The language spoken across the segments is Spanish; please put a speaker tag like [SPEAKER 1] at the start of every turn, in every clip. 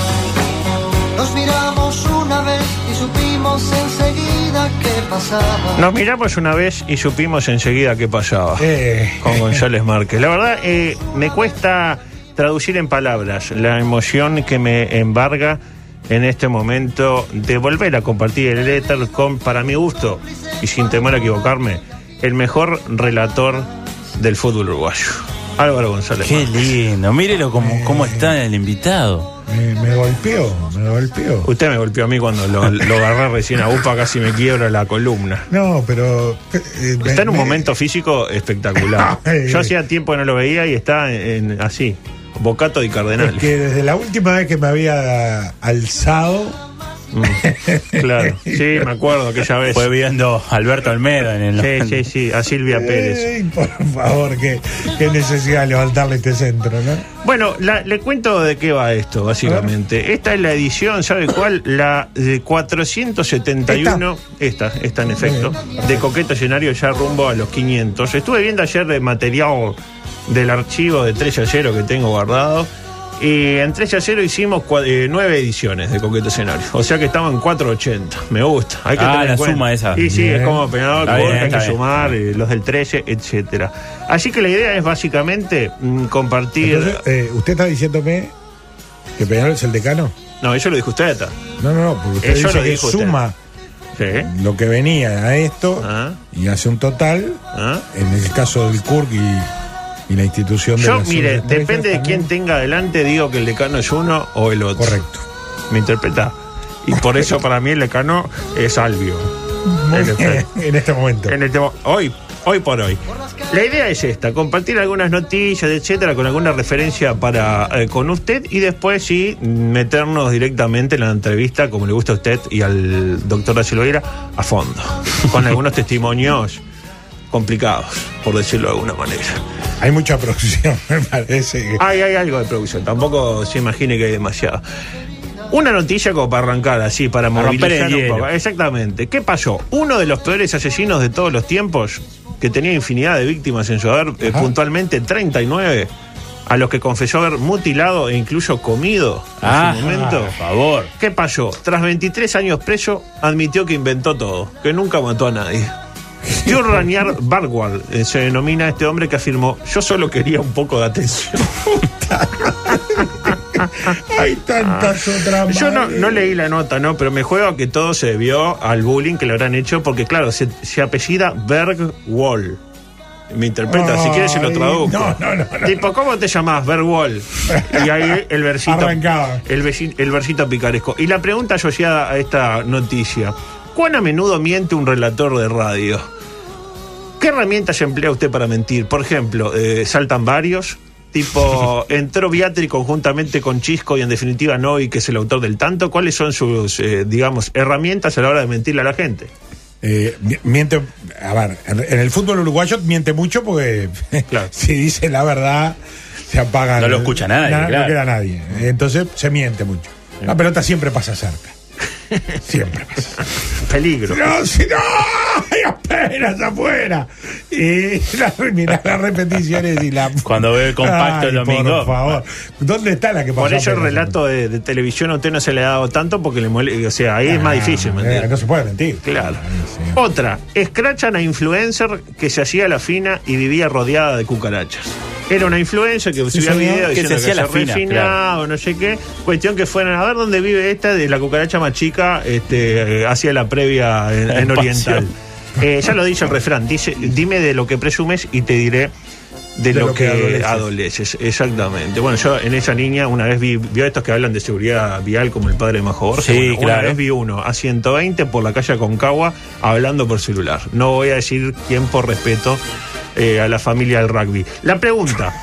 [SPEAKER 1] Nos miramos una vez y supimos enseguida qué pasaba.
[SPEAKER 2] Nos miramos una vez y supimos enseguida qué pasaba con González Márquez. La verdad, eh, me cuesta traducir en palabras la emoción que me embarga en este momento de volver a compartir el éter con, para mi gusto, y sin temor a equivocarme, el mejor relator del fútbol uruguayo, Álvaro González.
[SPEAKER 3] Qué
[SPEAKER 2] Márquez.
[SPEAKER 3] lindo, mírelo cómo, cómo está el invitado.
[SPEAKER 4] Me, me golpeó, me golpeó.
[SPEAKER 2] Usted me golpeó a mí cuando lo, lo agarré recién a UPA, casi me quiebra la columna.
[SPEAKER 4] No, pero. eh, me-
[SPEAKER 2] Está en un
[SPEAKER 4] me-
[SPEAKER 2] momento físico espectacular.
[SPEAKER 4] Ay.
[SPEAKER 2] Yo hacía tiempo que no lo veía y está en, en- así, bocato y cardenal.
[SPEAKER 4] Es que desde la última vez que me había alzado,
[SPEAKER 2] Mm. Claro, sí, me acuerdo aquella vez.
[SPEAKER 3] Fue viendo a Alberto Almeda en el.
[SPEAKER 2] Pues- Sí, sí, sí, a Silvia
[SPEAKER 4] Eh,
[SPEAKER 2] Pérez.
[SPEAKER 4] Ey, por favor, qué, qué necesidad de levantarle este centro, ¿no?
[SPEAKER 2] Bueno, la- le cuento de qué va esto, básicamente. Esta es la edición, ¿sabe cuál? La de 471, esta, esta, en efecto, de Coqueto Escenario ya rumbo a los 500. Estuve viendo ayer de material del archivo de 3 a 0 que tengo guardado. Y en 3 a 0 hicimos 9 ediciones de Coqueto Escenario. O sea que estamos en 480. Me gusta. Hay que
[SPEAKER 3] Ah,
[SPEAKER 2] tener en
[SPEAKER 3] la
[SPEAKER 2] cuenta.
[SPEAKER 3] suma esa.
[SPEAKER 2] Y sí, es
[SPEAKER 4] Bien.
[SPEAKER 2] como Peñarol,
[SPEAKER 3] Está bien,
[SPEAKER 2] Boca, hay
[SPEAKER 3] está
[SPEAKER 2] que
[SPEAKER 3] bien.
[SPEAKER 2] sumar, eh, los del 13, etcétera. Así que la idea es básicamente mm, compartir.
[SPEAKER 4] Entonces, eh, ¿usted está diciéndome que Peñarol es el decano?
[SPEAKER 2] No, eso lo dijo usted. Tata.
[SPEAKER 4] No, no, no, porque usted
[SPEAKER 2] Eso
[SPEAKER 4] dice
[SPEAKER 2] Eh, lo
[SPEAKER 4] que
[SPEAKER 2] dijo usted.
[SPEAKER 4] suma
[SPEAKER 2] Sí.
[SPEAKER 4] lo que venía a esto
[SPEAKER 2] Ah.
[SPEAKER 4] y hace un total.
[SPEAKER 2] ¿Ah?
[SPEAKER 4] En el caso del CURC y, y la institución de
[SPEAKER 2] Yo,
[SPEAKER 4] las
[SPEAKER 2] mire,
[SPEAKER 4] estrellas
[SPEAKER 2] depende de
[SPEAKER 4] también.
[SPEAKER 2] quién tenga adelante, digo que el decano es uno o el otro.
[SPEAKER 4] Correcto.
[SPEAKER 2] Me interpreta. Y por eso para mí el decano es Albio. En efecto.
[SPEAKER 4] en este momento.
[SPEAKER 2] En el tema- hoy, hoy por hoy. La idea es esta, compartir algunas noticias, etcétera, con alguna referencia para eh, con usted y después sí meternos directamente en la entrevista, como le gusta a usted y al doctor Da Silveira, a fondo, con algunos testimonios complicados, por decirlo de alguna manera. este-
[SPEAKER 4] Hay mucha producción, me parece. que-
[SPEAKER 2] Hay, hay algo de producción, tampoco se imagine que hay demasiado. Una noticia como para arrancar así, para
[SPEAKER 3] romper
[SPEAKER 2] movilizar
[SPEAKER 3] el
[SPEAKER 2] un
[SPEAKER 3] hielo.
[SPEAKER 2] poco. Exactamente. ¿Qué pasó? Uno de los peores asesinos de todos los tiempos, que tenía infinidad de víctimas en su haber, eh,
[SPEAKER 4] Ajá.
[SPEAKER 2] puntualmente 39, a los que confesó haber mutilado e incluso comido
[SPEAKER 3] Ah,
[SPEAKER 2] en su momento.
[SPEAKER 3] por favor.
[SPEAKER 2] ¿Qué pasó? Tras 23 años preso, admitió que inventó todo, que nunca mató a nadie. Tío Ranier Barwal eh, se denomina este hombre que afirmó: Yo solo quería un poco de atención.
[SPEAKER 4] Hay tantas otras
[SPEAKER 2] ah. Yo no,
[SPEAKER 4] madres.
[SPEAKER 2] no leí la nota, no, pero me juego a que todo se debió al bullying que le habrán hecho, porque claro, se, se apellida Bergwall. Me interpreta, si quieres se lo
[SPEAKER 4] Ay,
[SPEAKER 2] traduzco.
[SPEAKER 4] no, no, no, no.
[SPEAKER 2] Tipo, ¿cómo te llamás? Bergwall. Y ahí el versito.
[SPEAKER 4] Arrancaba.
[SPEAKER 2] El, vesi- el versito picaresco. Y la pregunta asociada a esta noticia: ¿Cuán a menudo miente un relator de radio? ¿Qué herramientas emplea usted para mentir? Por ejemplo, eh, saltan varios. Tipo, entró Biatri conjuntamente con Chisco y en definitiva no, y que es el autor del tanto. ¿Cuáles son sus, eh, digamos, herramientas a la hora de mentirle a la gente?
[SPEAKER 4] Eh, mi- miente, a ver, en, en el fútbol uruguayo miente mucho porque
[SPEAKER 2] Claro.
[SPEAKER 4] si dice la verdad se apaga.
[SPEAKER 3] No lo escucha nadie,
[SPEAKER 4] Na-
[SPEAKER 3] claro.
[SPEAKER 4] No queda nadie. Entonces se miente mucho. La pelota siempre pasa cerca. Siempre pasa.
[SPEAKER 2] Peligro.
[SPEAKER 4] No, si no, ¡ay, apenas afuera. Y la, mirá las repeticiones y la.
[SPEAKER 3] Cuando ve el compacto el
[SPEAKER 4] Ay,
[SPEAKER 3] domingo.
[SPEAKER 4] Por favor. ¿Dónde está la que pasó?
[SPEAKER 2] Por eso el
[SPEAKER 4] apenas?
[SPEAKER 2] relato de, de televisión a usted no se le ha dado tanto porque le mole- O sea, ahí es más
[SPEAKER 4] Ah,
[SPEAKER 2] difícil, ¿me
[SPEAKER 4] eh,
[SPEAKER 2] entiende?
[SPEAKER 4] No se puede mentir. Ah,
[SPEAKER 2] Claro. Oh, eh,
[SPEAKER 4] Sí.
[SPEAKER 2] Otra, escrachan a influencer que se hacía la fina y vivía rodeada de cucarachas. Era una influencer que subía
[SPEAKER 3] señor.
[SPEAKER 2] videos
[SPEAKER 3] Que
[SPEAKER 2] diciendo
[SPEAKER 3] se hacía la
[SPEAKER 2] que se
[SPEAKER 3] fina,
[SPEAKER 2] refina
[SPEAKER 3] claro.
[SPEAKER 2] o no sé qué. Cuestión que fueron a ver dónde vive esta de la cucaracha más chica, este, eh, hacía la previa en, en
[SPEAKER 3] Pasión.
[SPEAKER 2] Oriental. Eh, ya lo dice el refrán, dice, dime de lo que presumes y te diré de, lo, que, adoleces.
[SPEAKER 4] adoleces.
[SPEAKER 2] Exactamente. Bueno, yo en esa niña una vez vi, vio estos que hablan de seguridad vial como el padre de Majo Borges.
[SPEAKER 3] Sí,
[SPEAKER 2] Bueno, una
[SPEAKER 3] claro.
[SPEAKER 2] vez vi uno a 120 por la calle Concagua hablando por celular. No voy a decir quién por respeto eh, a la familia del rugby. La pregunta,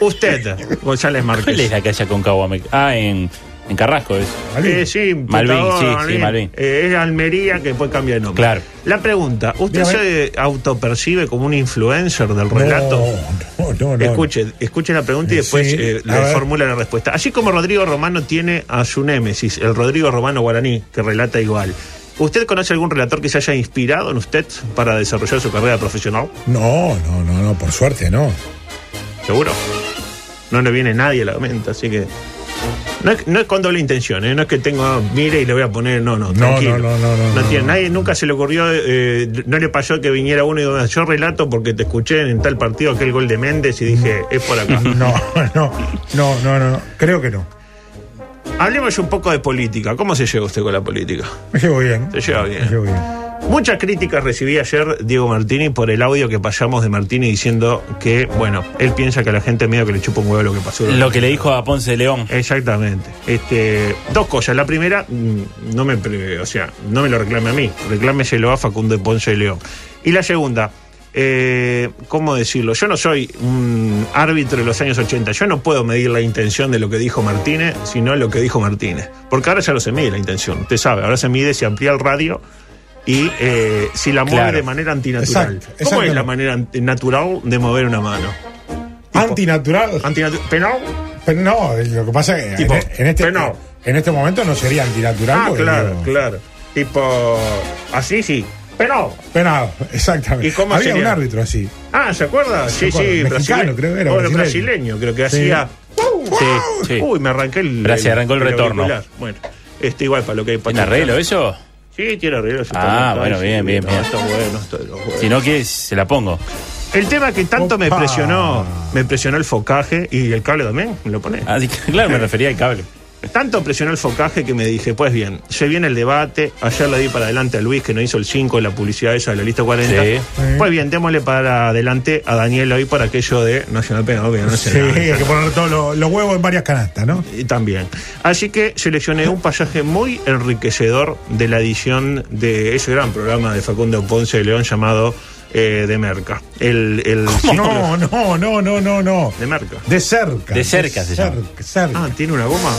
[SPEAKER 2] usted, González
[SPEAKER 3] ¿Cuál es
[SPEAKER 2] Márquez,
[SPEAKER 3] la que haya con Caguame? Ah, en En Carrasco es.
[SPEAKER 4] Malvin.
[SPEAKER 2] Eh, sí,
[SPEAKER 3] Malvin,
[SPEAKER 2] Putador,
[SPEAKER 3] sí, sí, Malvin.
[SPEAKER 2] Eh, es Almería que puede cambiar de nombre.
[SPEAKER 3] Claro.
[SPEAKER 2] La pregunta, ¿usted
[SPEAKER 4] Dígame.
[SPEAKER 2] se autopercibe como un influencer del
[SPEAKER 4] No,
[SPEAKER 2] relato?
[SPEAKER 4] No, no, no.
[SPEAKER 2] Escuche, escuche la pregunta y después
[SPEAKER 4] Sí,
[SPEAKER 2] eh,
[SPEAKER 4] a
[SPEAKER 2] le
[SPEAKER 4] ver.
[SPEAKER 2] formula la respuesta. Así como Rodrigo Romano tiene a su némesis, el Rodrigo Romano guaraní, que relata igual. ¿Usted conoce algún relator que se haya inspirado en usted para desarrollar su carrera profesional?
[SPEAKER 4] No, no, no, no, por suerte no.
[SPEAKER 2] ¿Seguro? No le viene nadie a la mente, así que. No es, no es con doble intención, ¿eh? no es que tengo, ah, mire y le voy a poner, no, no,
[SPEAKER 4] No,
[SPEAKER 2] tranquilo.
[SPEAKER 4] no, no, no, no, no,
[SPEAKER 2] tiene,
[SPEAKER 4] no.
[SPEAKER 2] nadie nunca se le ocurrió, eh, no le pasó que viniera uno y diga, yo relato porque te escuché en tal partido aquel gol de Méndez y dije, es por acá.
[SPEAKER 4] No, no, no, no, no, creo que no.
[SPEAKER 2] Hablemos un poco de política. ¿Cómo se lleva usted con la política?
[SPEAKER 4] Me llevo bien.
[SPEAKER 2] Se lleva
[SPEAKER 4] Me llevo
[SPEAKER 2] bien.
[SPEAKER 4] bien.
[SPEAKER 2] Muchas críticas recibí ayer Diego Martini por el audio que pasamos de Martini diciendo que, bueno, él piensa que a la gente medio que le chupa un huevo lo que pasó.
[SPEAKER 3] Lo que le dijo a Ponce de León.
[SPEAKER 2] Exactamente. Este, dos cosas. La primera, mm, no me, pre- o sea, no me lo reclame a mí. Reclámeselo a Facundo de Ponce de León. Y la segunda, eh, ¿cómo decirlo? Yo no soy un árbitro de los años 80. Yo no puedo medir la intención de lo que dijo Martínez, sino lo que dijo Martínez. Porque ahora ya no se mide la intención. Usted sabe, ahora se mide si amplía el radio y eh, si la mueve
[SPEAKER 3] Claro.
[SPEAKER 2] de manera antinatural.
[SPEAKER 4] Exacto,
[SPEAKER 2] ¿Cómo es
[SPEAKER 4] exactamente.
[SPEAKER 2] la manera ant- natural de mover una mano?
[SPEAKER 4] Antinatural.
[SPEAKER 2] Antinatural. ¿Penal?
[SPEAKER 4] Pero no, lo que pasa es que
[SPEAKER 2] Tipo,
[SPEAKER 4] en, en este,
[SPEAKER 2] pero no.
[SPEAKER 4] en este momento no sería antinatural.
[SPEAKER 2] Ah,
[SPEAKER 4] porque,
[SPEAKER 2] claro,
[SPEAKER 4] digo,
[SPEAKER 2] claro. Tipo, así sí. Pero,
[SPEAKER 4] Penado, exactamente.
[SPEAKER 2] ¿Y cómo
[SPEAKER 4] Había
[SPEAKER 2] sería?
[SPEAKER 4] un árbitro así.
[SPEAKER 2] ah, ¿se acuerda?
[SPEAKER 4] Se
[SPEAKER 2] Sí,
[SPEAKER 4] acuerda,
[SPEAKER 2] sí,
[SPEAKER 4] mexicano,
[SPEAKER 2] brasile-
[SPEAKER 4] creo que era,
[SPEAKER 2] Bueno, brasileño.
[SPEAKER 4] brasileño.
[SPEAKER 2] creo que
[SPEAKER 4] Sí.
[SPEAKER 2] hacía.
[SPEAKER 3] Sí, sí.
[SPEAKER 2] Uy, me arranqué el.
[SPEAKER 3] Gracias, arrancó el retorno.
[SPEAKER 2] auricular. Bueno, este igual para lo que hay para.
[SPEAKER 3] ¿En arreglo eso?
[SPEAKER 2] Sí, tiene arreglo. sí,
[SPEAKER 3] Ah,
[SPEAKER 2] está
[SPEAKER 3] bueno,
[SPEAKER 2] sí,
[SPEAKER 3] bien, bien,
[SPEAKER 2] no,
[SPEAKER 3] bien.
[SPEAKER 2] Está bueno, está bueno.
[SPEAKER 3] Si no quieres, se la pongo.
[SPEAKER 2] El tema que tanto me
[SPEAKER 4] Opa.
[SPEAKER 2] impresionó, me impresionó el focaje y el cable también, me lo pone.
[SPEAKER 3] Así que, claro, me refería al cable.
[SPEAKER 2] Tanto presionó el focaje que me dije, pues bien, se viene el debate, ayer le di para adelante a Luis que no hizo el 5 en la publicidad esa de la lista 40.
[SPEAKER 3] Sí.
[SPEAKER 2] Pues bien, démosle para adelante a Daniel hoy por aquello de no se me pega, obvio, no
[SPEAKER 4] Sí,
[SPEAKER 2] se
[SPEAKER 4] hay que poner todos los los huevos en varias canastas, ¿no?
[SPEAKER 2] y también. Así que seleccioné un pasaje muy enriquecedor de la edición de ese gran programa de Facundo Ponce de León llamado eh, De Merca. El, el ciclo-
[SPEAKER 4] No, no, no, no, no, no.
[SPEAKER 2] De Merca.
[SPEAKER 4] De cerca.
[SPEAKER 3] De cerca se
[SPEAKER 4] cerca,
[SPEAKER 3] llama.
[SPEAKER 2] Ah,
[SPEAKER 4] cerca.
[SPEAKER 2] ¿tiene una goma?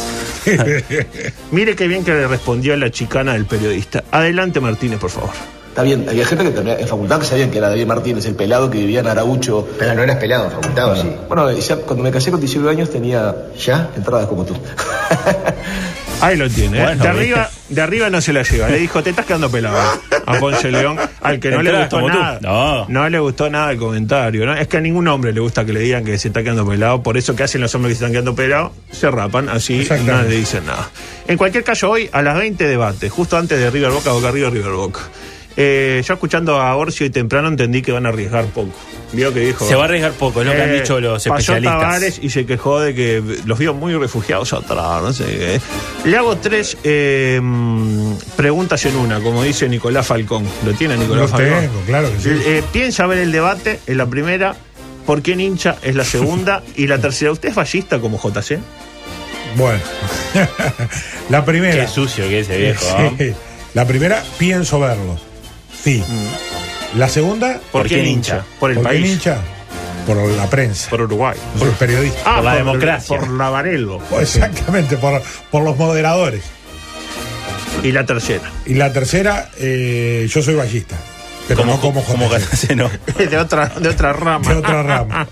[SPEAKER 2] Mire qué bien que le respondió la chicana del periodista. Adelante, Martínez, por favor.
[SPEAKER 5] Está bien, había gente que tenía- en facultad que sabían que era David Martínez, el pelado que vivía en Araucho.
[SPEAKER 6] Pero no eras pelado, facultado,
[SPEAKER 5] Sí.
[SPEAKER 6] sí.
[SPEAKER 5] Bueno, ya cuando me casé con 19 años tenía
[SPEAKER 6] ¿Ya?
[SPEAKER 5] entradas como tú.
[SPEAKER 2] Ahí lo tiene. ¿eh?
[SPEAKER 3] Bueno,
[SPEAKER 2] de,
[SPEAKER 3] bien.
[SPEAKER 2] arriba, de arriba no se la lleva. Le dijo, te estás quedando pelado a Ponce León, al que no le
[SPEAKER 3] Entradas
[SPEAKER 2] gustó
[SPEAKER 3] como tú.
[SPEAKER 2] nada.
[SPEAKER 3] No.
[SPEAKER 2] le gustó nada el comentario. ¿no? Es que a ningún hombre le gusta que le digan que se está quedando pelado. Por eso, ¿qué hacen los hombres que se están quedando pelados? Se rapan, así
[SPEAKER 4] Exactamente.
[SPEAKER 2] no le dicen nada. En cualquier caso, hoy a las 20 debate, justo antes de River Boca, Boca River, River Boca. Eh, yo escuchando a Orcio y temprano entendí que van a arriesgar poco. Vio que dijo.
[SPEAKER 3] Se va a arriesgar poco, es lo que han
[SPEAKER 2] Eh,
[SPEAKER 3] dicho los
[SPEAKER 2] pasó
[SPEAKER 3] especialistas.
[SPEAKER 2] Tavares y se quejó de que los vio muy refugiados atrás, no sé qué. Le hago tres eh, preguntas en una, como dice Nicolás Falcón. ¿Lo tiene Nicolás
[SPEAKER 4] Lo
[SPEAKER 2] Falcón?
[SPEAKER 4] tengo, claro que sí.
[SPEAKER 2] Eh, piensa ver el debate en la primera. ¿Por quién hincha es la segunda? y la tercera, ¿usted es fallista como JC?
[SPEAKER 4] Bueno. La primera.
[SPEAKER 3] Qué sucio que es ese viejo. ¿no?
[SPEAKER 4] Sí. La primera, pienso verlo. Sí. La segunda,
[SPEAKER 2] Mm. ¿Por, quién, hincha? Por el
[SPEAKER 4] ¿por quién
[SPEAKER 2] país.
[SPEAKER 4] hincha? Por la prensa.
[SPEAKER 2] Por Uruguay.
[SPEAKER 4] Por los periodistas.
[SPEAKER 2] Ah,
[SPEAKER 3] la democracia.
[SPEAKER 2] Por la Varelo.
[SPEAKER 4] Oh, Exactamente, por, por los moderadores.
[SPEAKER 2] Y la tercera.
[SPEAKER 4] Y la tercera, eh, yo soy ballista. Pero no como
[SPEAKER 3] como
[SPEAKER 4] JC,
[SPEAKER 3] Gatace, no.
[SPEAKER 2] De otra, de otra rama. Ah,
[SPEAKER 4] de otra rama.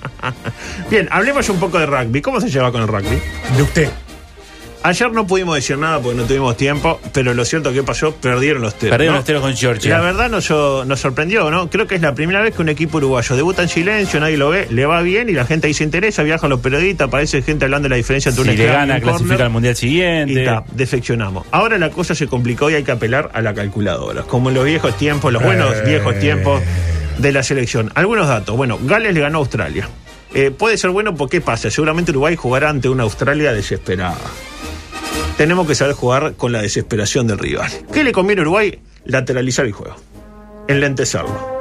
[SPEAKER 2] Bien, hablemos un poco de rugby. ¿Cómo se lleva con el rugby?
[SPEAKER 4] De usted.
[SPEAKER 2] Ayer no pudimos decir nada porque no tuvimos tiempo, pero lo cierto que pasó, perdieron los teros.
[SPEAKER 3] Perdieron
[SPEAKER 2] ¿no?
[SPEAKER 3] los teros con
[SPEAKER 2] La
[SPEAKER 3] Georgia.
[SPEAKER 2] verdad nos, so- nos sorprendió, ¿no? Creo que es la primera vez que un equipo uruguayo debuta en silencio, nadie lo ve, le va bien y la gente ahí se interesa, viajan los periodistas, aparece gente hablando de la diferencia entre
[SPEAKER 3] Si
[SPEAKER 2] un
[SPEAKER 3] le
[SPEAKER 2] scrum y
[SPEAKER 3] gana,
[SPEAKER 2] un
[SPEAKER 3] clasifica
[SPEAKER 2] corner.
[SPEAKER 3] al mundial
[SPEAKER 2] Y
[SPEAKER 3] siguiente.
[SPEAKER 2] ta, defeccionamos. Ahora la cosa se complicó y hay que apelar a la calculadora, como en los viejos tiempos, los buenos
[SPEAKER 4] Eh.
[SPEAKER 2] viejos tiempos de la selección. Algunos datos. Bueno, Gales le ganó a Australia. Eh, puede ser bueno porque pasa. Seguramente Uruguay jugará ante una Australia desesperada. Tenemos que saber jugar con la desesperación del rival. ¿Qué le conviene a Uruguay? Lateralizar el juego. Enlentecerlo.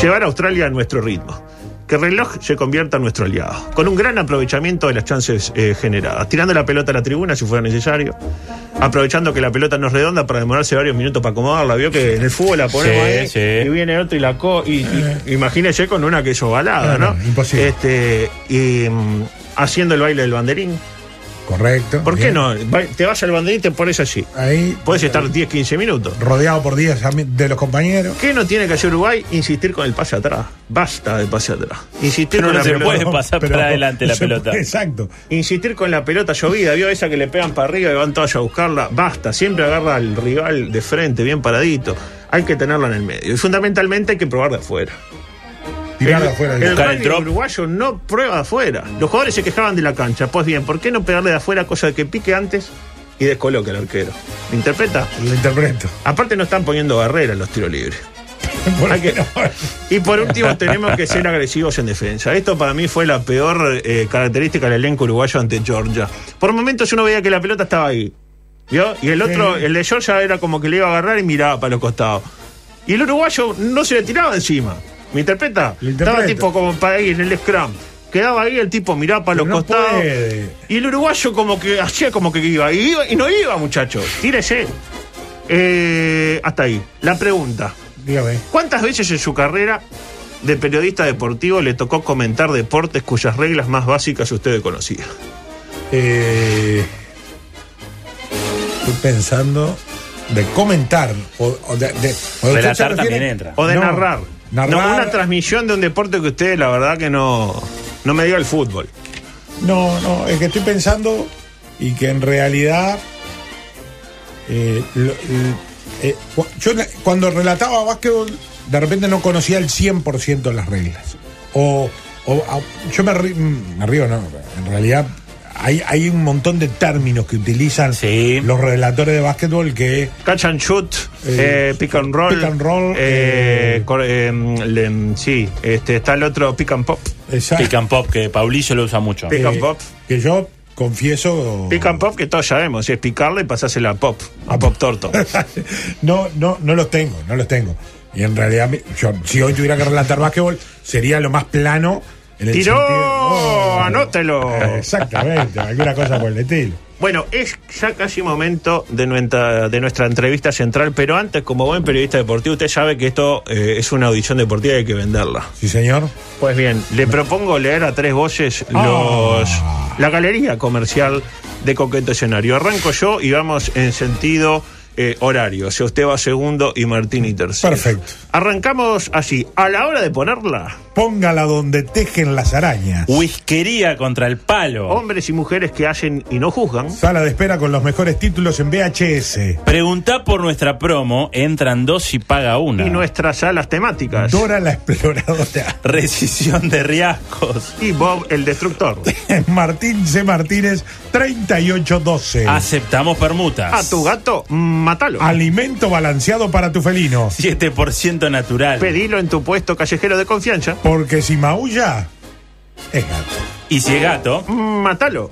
[SPEAKER 2] Llevar a Australia a nuestro ritmo. Que el reloj se convierta en nuestro aliado. Con un gran aprovechamiento de las chances eh, generadas. Tirando la pelota a la tribuna si fuera necesario. Aprovechando que la pelota no es redonda para demorarse varios minutos para acomodarla. Vio que en el fútbol la ponemos
[SPEAKER 3] Sí,
[SPEAKER 2] ahí
[SPEAKER 3] sí.
[SPEAKER 2] y viene otro y la co. Y, y- imagínese con una que es ovalada,
[SPEAKER 4] Claro,
[SPEAKER 2] ¿no?
[SPEAKER 4] imposible.
[SPEAKER 2] Este, y, mm, haciendo el baile del banderín
[SPEAKER 4] Correcto.
[SPEAKER 2] ¿Por qué
[SPEAKER 4] bien.
[SPEAKER 2] no? Pues- Va- Te vas al banderín y te pones allí.
[SPEAKER 4] Ahí.
[SPEAKER 2] Puedes estar 10, 15 minutos.
[SPEAKER 4] Rodeado por 10 ami- de los compañeros.
[SPEAKER 2] ¿Qué no tiene que hacer Uruguay? Insistir con el pase atrás. Basta de pase atrás. Insistir,
[SPEAKER 3] Pero
[SPEAKER 2] con,
[SPEAKER 3] no
[SPEAKER 2] la
[SPEAKER 3] se
[SPEAKER 2] pelota,
[SPEAKER 3] puede pasar
[SPEAKER 4] Pero
[SPEAKER 3] para adelante la
[SPEAKER 4] se puede-
[SPEAKER 3] pelota.
[SPEAKER 4] Exacto.
[SPEAKER 2] insistir con la pelota llovida. Vio esa que le pegan para arriba y van todos a buscarla. Basta. Siempre agarra al rival de frente, bien paradito. Hay que tenerlo en el medio. Y fundamentalmente hay que probar de afuera.
[SPEAKER 4] Tirar de afuera.
[SPEAKER 2] El, el
[SPEAKER 3] Buscar el
[SPEAKER 2] rugby
[SPEAKER 3] drop.
[SPEAKER 2] uruguayo no prueba de afuera. Los jugadores se quejaban de la cancha. Pues bien, ¿por qué no pegarle de afuera cosa de que pique antes y descoloque al arquero? ¿Me interpreta?
[SPEAKER 4] Lo interpreto.
[SPEAKER 2] Aparte no están poniendo barrera en los tiros libres.
[SPEAKER 4] ¿Por
[SPEAKER 2] Hay
[SPEAKER 4] qué
[SPEAKER 2] que-
[SPEAKER 4] no?
[SPEAKER 2] Y por último, tenemos que ser agresivos en defensa. Esto para mí fue la peor eh, característica del elenco uruguayo ante Georgia. Por momentos uno veía que la pelota estaba ahí. ¿vio? Y el otro,
[SPEAKER 4] Sí.
[SPEAKER 2] el de Georgia, era como que le iba a agarrar y miraba para los costados. Y el uruguayo no se le tiraba encima. ¿Me interpreta?
[SPEAKER 4] Lo interpreto.
[SPEAKER 2] Estaba tipo como para ahí en el scrum. Quedaba ahí el tipo miraba para
[SPEAKER 4] Pero
[SPEAKER 2] los
[SPEAKER 4] no
[SPEAKER 2] costados.
[SPEAKER 4] puede.
[SPEAKER 2] Y el uruguayo como que hacía como que iba. Y, iba- y no iba, muchachos. Tírese. Eh, hasta ahí. La pregunta.
[SPEAKER 4] Dígame.
[SPEAKER 2] ¿Cuántas veces en su carrera de periodista deportivo le tocó comentar deportes cuyas reglas más básicas usted conocía?
[SPEAKER 4] Eh, estoy pensando de comentar o, o de, de- o de-
[SPEAKER 3] Relatar
[SPEAKER 4] ¿se refiere?
[SPEAKER 3] también entra.
[SPEAKER 2] O de
[SPEAKER 4] No,
[SPEAKER 2] narrar.
[SPEAKER 4] narrar-
[SPEAKER 2] No, una transmisión de un deporte que usted, la verdad, que no, no me diga el fútbol.
[SPEAKER 4] No, no, es que estoy pensando y que en realidad. eh, lo- l- eh, cu- yo la- cuando relataba básquetbol, de repente no conocía el 100% las reglas. O, o- a- yo me, ri- mm, me río, no. En realidad, hay, hay un montón de términos que utilizan
[SPEAKER 3] Sí.
[SPEAKER 4] los relatores de básquetbol que.
[SPEAKER 2] Catch and shoot,
[SPEAKER 4] Eh,
[SPEAKER 2] eh, pick and roll.
[SPEAKER 4] pick and roll,
[SPEAKER 2] eh,
[SPEAKER 4] eh,
[SPEAKER 2] cor- eh, le- sí, este, está el otro pick and pop.
[SPEAKER 4] Exacto.
[SPEAKER 3] Pick and pop, que Paulillo lo usa mucho.
[SPEAKER 2] Pick and pop.
[SPEAKER 4] eh, Que yo confieso.
[SPEAKER 2] Pick and pop que todos sabemos, es picarle y pasársela a pop, a pop torto.
[SPEAKER 4] no, no, no los tengo, no los tengo. Y en realidad, mi- yo, si hoy tuviera que relatar básquetbol, sería lo más plano. En el
[SPEAKER 2] Tiró,
[SPEAKER 4] sentido- Oh,
[SPEAKER 2] anótelo.
[SPEAKER 4] Exactamente, alguna cosa por el estilo.
[SPEAKER 2] Bueno, es ya casi momento de nuestra, de nuestra entrevista central, pero antes, como buen periodista deportivo, usted sabe que esto eh, es una audición deportiva y hay que venderla.
[SPEAKER 4] Sí, señor.
[SPEAKER 2] Pues bien, le propongo leer a tres voces los,
[SPEAKER 4] Ah.
[SPEAKER 2] la galería comercial de Coqueto Escenario. Arranco yo y vamos en sentido eh, horario. O sea, usted va segundo y Martini tercero.
[SPEAKER 4] Perfecto.
[SPEAKER 2] Arrancamos así. A la hora de ponerla,
[SPEAKER 4] Póngala donde tejen las arañas.
[SPEAKER 3] Whiskería contra el palo.
[SPEAKER 2] hombres y mujeres que hacen y no juzgan.
[SPEAKER 4] Sala de espera con los mejores títulos en VHS.
[SPEAKER 3] Preguntá por nuestra promo, entran dos y paga una.
[SPEAKER 2] Y nuestras salas temáticas.
[SPEAKER 4] Dora la exploradora.
[SPEAKER 3] Rescisión de riascos.
[SPEAKER 2] Y Bob el Destructor.
[SPEAKER 4] Martín C. Martínez, 3812.
[SPEAKER 2] Ah,
[SPEAKER 3] Aceptamos permutas.
[SPEAKER 2] A tu gato, matalo.
[SPEAKER 4] Alimento balanceado para tu felino.
[SPEAKER 3] 7% natural.
[SPEAKER 2] Pedilo en tu puesto callejero de confianza.
[SPEAKER 4] Porque si maulla, es gato.
[SPEAKER 3] Y si es gato,
[SPEAKER 2] Matalo.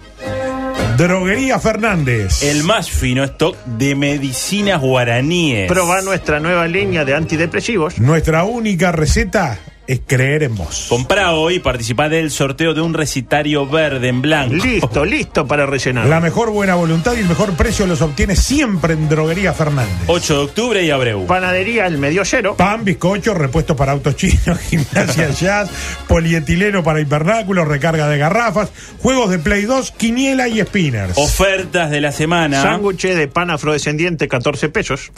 [SPEAKER 4] Droguería Fernández.
[SPEAKER 3] el más fino stock de medicinas guaraníes.
[SPEAKER 2] Proba nuestra nueva línea de antidepresivos.
[SPEAKER 4] Nuestra única receta es creer en vos.
[SPEAKER 3] Comprá hoy y participá del sorteo de un recetario verde en blanco.
[SPEAKER 2] Listo, listo para rellenar.
[SPEAKER 4] La mejor buena voluntad y el mejor precio los obtienes siempre en Droguería Fernández.
[SPEAKER 3] 8 de octubre y Abreu.
[SPEAKER 2] Panadería El Mediollero.
[SPEAKER 4] Pan, bizcocho, repuestos para autos chinos, gimnasia jazz, polietileno para hipernáculos, recarga de garrafas, juegos de Play 2, quiniela y spinners.
[SPEAKER 3] Ofertas de la semana.
[SPEAKER 2] Sándwich de pan afrodescendiente, 14 pesos.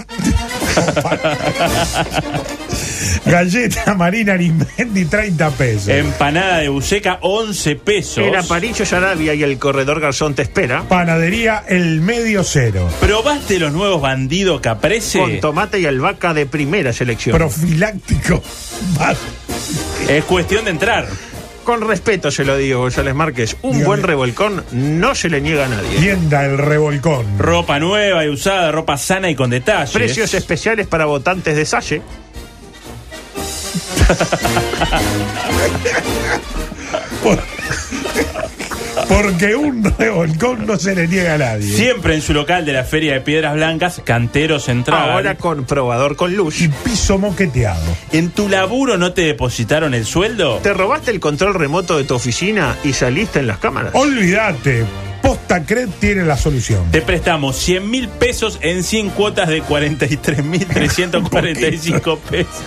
[SPEAKER 4] Galleta Marina Arimendi, 30 pesos.
[SPEAKER 3] Em- Empanada de buceca, 11 pesos.
[SPEAKER 2] El Aparillo Sarabia y el Corredor Garzón te espera.
[SPEAKER 4] Panadería El Medio Cero.
[SPEAKER 3] ¿Probaste los nuevos bandidos caprese?
[SPEAKER 2] Con tomate y albahaca de primera selección.
[SPEAKER 4] Profiláctico. Bar.
[SPEAKER 3] Es cuestión de entrar.
[SPEAKER 2] Con respeto se lo digo, González Márquez. Un
[SPEAKER 4] Dígame.
[SPEAKER 2] buen revolcón no se le niega a nadie.
[SPEAKER 4] Tienda El Revolcón.
[SPEAKER 3] Ropa nueva y usada, ropa sana y con detalles.
[SPEAKER 2] Precios especiales para votantes de Salle.
[SPEAKER 4] Por- Porque un revolcón no se le niega a nadie.
[SPEAKER 3] Siempre en su local de la Feria de Piedras Blancas, Cantero Central.
[SPEAKER 2] Ahora con probador con luz.
[SPEAKER 4] Y piso moqueteado.
[SPEAKER 3] ¿En tu laburo no te depositaron el sueldo?
[SPEAKER 2] ¿Te robaste el control remoto de tu oficina y saliste en las cámaras?
[SPEAKER 4] Olvídate. Posta Actacred tiene la solución.
[SPEAKER 3] Te prestamos 100 mil pesos en 100 cuotas de 43 mil 345 pesos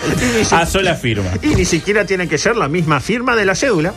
[SPEAKER 3] a sola firma.
[SPEAKER 2] Y ni siquiera tiene que ser la misma firma de la cédula.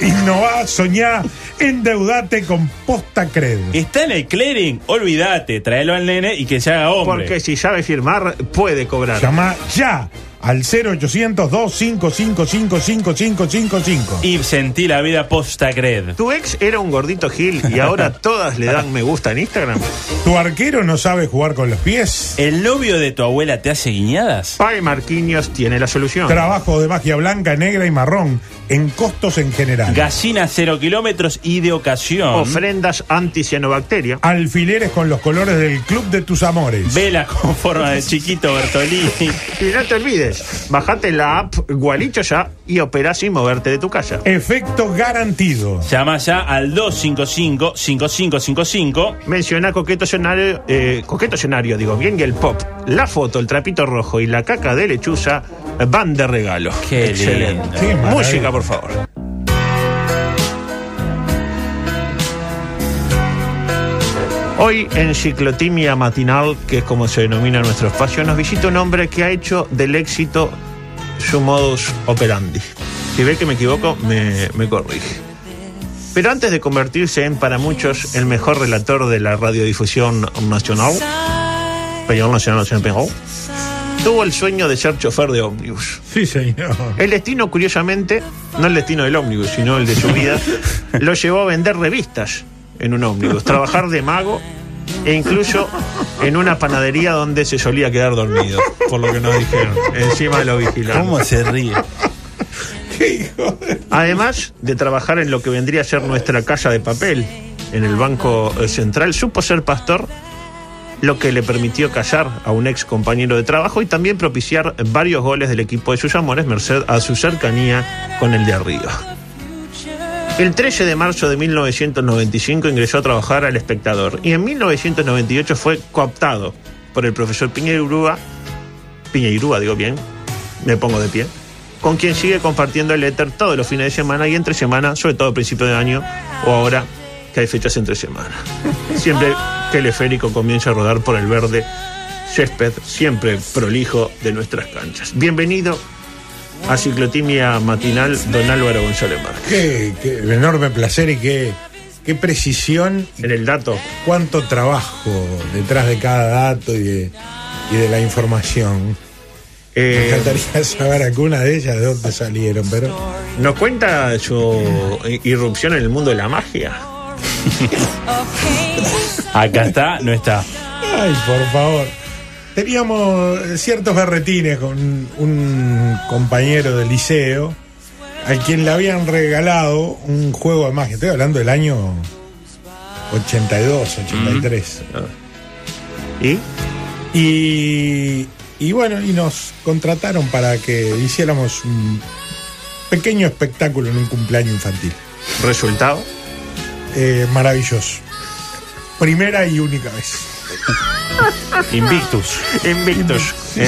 [SPEAKER 4] Innová, soñá, endeudate con Postacred.
[SPEAKER 3] Está en el clearing, olvídate, tráelo al nene y que se haga hombre.
[SPEAKER 2] Porque si sabe firmar, puede cobrar.
[SPEAKER 4] Llama ya al 0800 255
[SPEAKER 3] Y sentí la vida postacred.
[SPEAKER 2] ¿Tu ex era un gordito Gil y ahora todas le dan me gusta en Instagram?
[SPEAKER 4] ¿Tu arquero no sabe jugar con los pies?
[SPEAKER 3] ¿El novio de tu abuela te hace guiñadas?
[SPEAKER 2] Pae Marquinhos tiene la solución.
[SPEAKER 4] Trabajo de magia blanca, negra y marrón en costos en general.
[SPEAKER 3] Gallina cero kilómetros y de ocasión.
[SPEAKER 2] Ofrendas anticianobacteria.
[SPEAKER 4] Alfileres con los colores del club de tus amores.
[SPEAKER 3] Vela con forma de chiquito Bertolini.
[SPEAKER 2] Y no te olvides, bajate la app Gualicho ya y operá sin moverte de tu casa.
[SPEAKER 4] Efecto garantido.
[SPEAKER 3] Llama ya al 255-5555.
[SPEAKER 2] Menciona coqueto escenario, eh, coqueto escenario, digo, bien y el pop, la foto, el trapito rojo y la caca de lechuza van de regalo.
[SPEAKER 3] Qué
[SPEAKER 2] Excelente.
[SPEAKER 3] lindo.
[SPEAKER 4] Qué maravilla.
[SPEAKER 2] Música, por favor. Hoy en Ciclotimia Matinal, que es como se denomina nuestro espacio, nos visita un hombre que ha hecho del éxito su modus operandi. Si ve que me equivoco, me, me corrige. Pero antes de convertirse en, para muchos, el mejor relator de la radiodifusión nacional, Peñón Nacional Nacional Peñón, tuvo el sueño de ser chofer de ómnibus.
[SPEAKER 4] Sí, señor.
[SPEAKER 2] El destino, curiosamente, no el destino del ómnibus, sino el de su vida, lo llevó a vender revistas en un ómnibus, trabajar de mago e incluso en una panadería donde se solía quedar dormido, por lo que nos dijeron, encima de los vigilantes.
[SPEAKER 3] ¿Cómo se ríe?
[SPEAKER 2] Además de trabajar en lo que vendría a ser nuestra casa de papel en el Banco eh, Central, supo ser pastor, lo que le permitió callar a un ex compañero de trabajo y también propiciar varios goles del equipo de sus amores, merced a su cercanía con el de arriba. El 13 de marzo de 1995 ingresó a trabajar al espectador y en 1998 fue cooptado por el profesor Piñeirúa, Piñeirúa digo bien, me pongo de pie, con quien sigue compartiendo el éter todos los fines de semana y entre semana, sobre todo a principio de año o ahora que hay fechas entre semana. Siempre que el esférico comienza a rodar por el verde césped, siempre prolijo de nuestras canchas. Bienvenido a Ciclotimia Matinal, don Álvaro González Márquez.
[SPEAKER 4] Qué, qué enorme placer y qué, qué precisión y
[SPEAKER 2] en el dato.
[SPEAKER 4] cuánto trabajo detrás de cada dato y de, y de la información. Me
[SPEAKER 2] Eh,
[SPEAKER 4] encantaría saber alguna de ellas de dónde salieron, pero
[SPEAKER 2] nos cuenta su i- irrupción en el mundo de la magia.
[SPEAKER 3] Acá está, no está.
[SPEAKER 4] Ay, por favor. Teníamos eh, ciertos berretines con un compañero de liceo a quien le habían regalado un juego de magia. Estoy hablando del año 82, 83.
[SPEAKER 2] ¿Y?
[SPEAKER 4] Y, y bueno, y nos contrataron para que hiciéramos un pequeño espectáculo en un cumpleaños infantil.
[SPEAKER 2] ¿Resultado?
[SPEAKER 4] Eh, maravilloso. Primera y única vez.
[SPEAKER 2] Invictus. Invictus.
[SPEAKER 4] Sí,
[SPEAKER 2] Eh,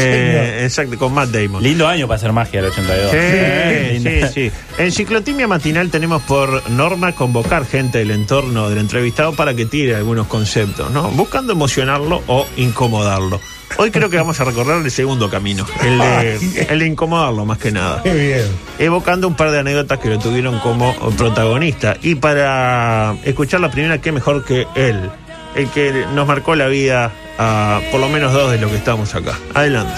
[SPEAKER 4] señor.
[SPEAKER 2] exacto, con Matt Damon.
[SPEAKER 3] Lindo año para hacer magia el 82.
[SPEAKER 2] Sí,
[SPEAKER 3] Lindo.
[SPEAKER 2] sí, sí. En Ciclotimia Matinal tenemos por norma convocar gente del entorno del entrevistado para que tire algunos conceptos, ¿no? Buscando emocionarlo o incomodarlo. Hoy creo que vamos a recorrer el segundo camino, el de, el de incomodarlo más que nada.
[SPEAKER 4] Qué bien.
[SPEAKER 2] evocando un par de anécdotas que lo tuvieron como protagonista. Y para escuchar la primera, qué mejor que él, el que nos marcó la vida a por lo menos dos de los que estamos acá. Adelante.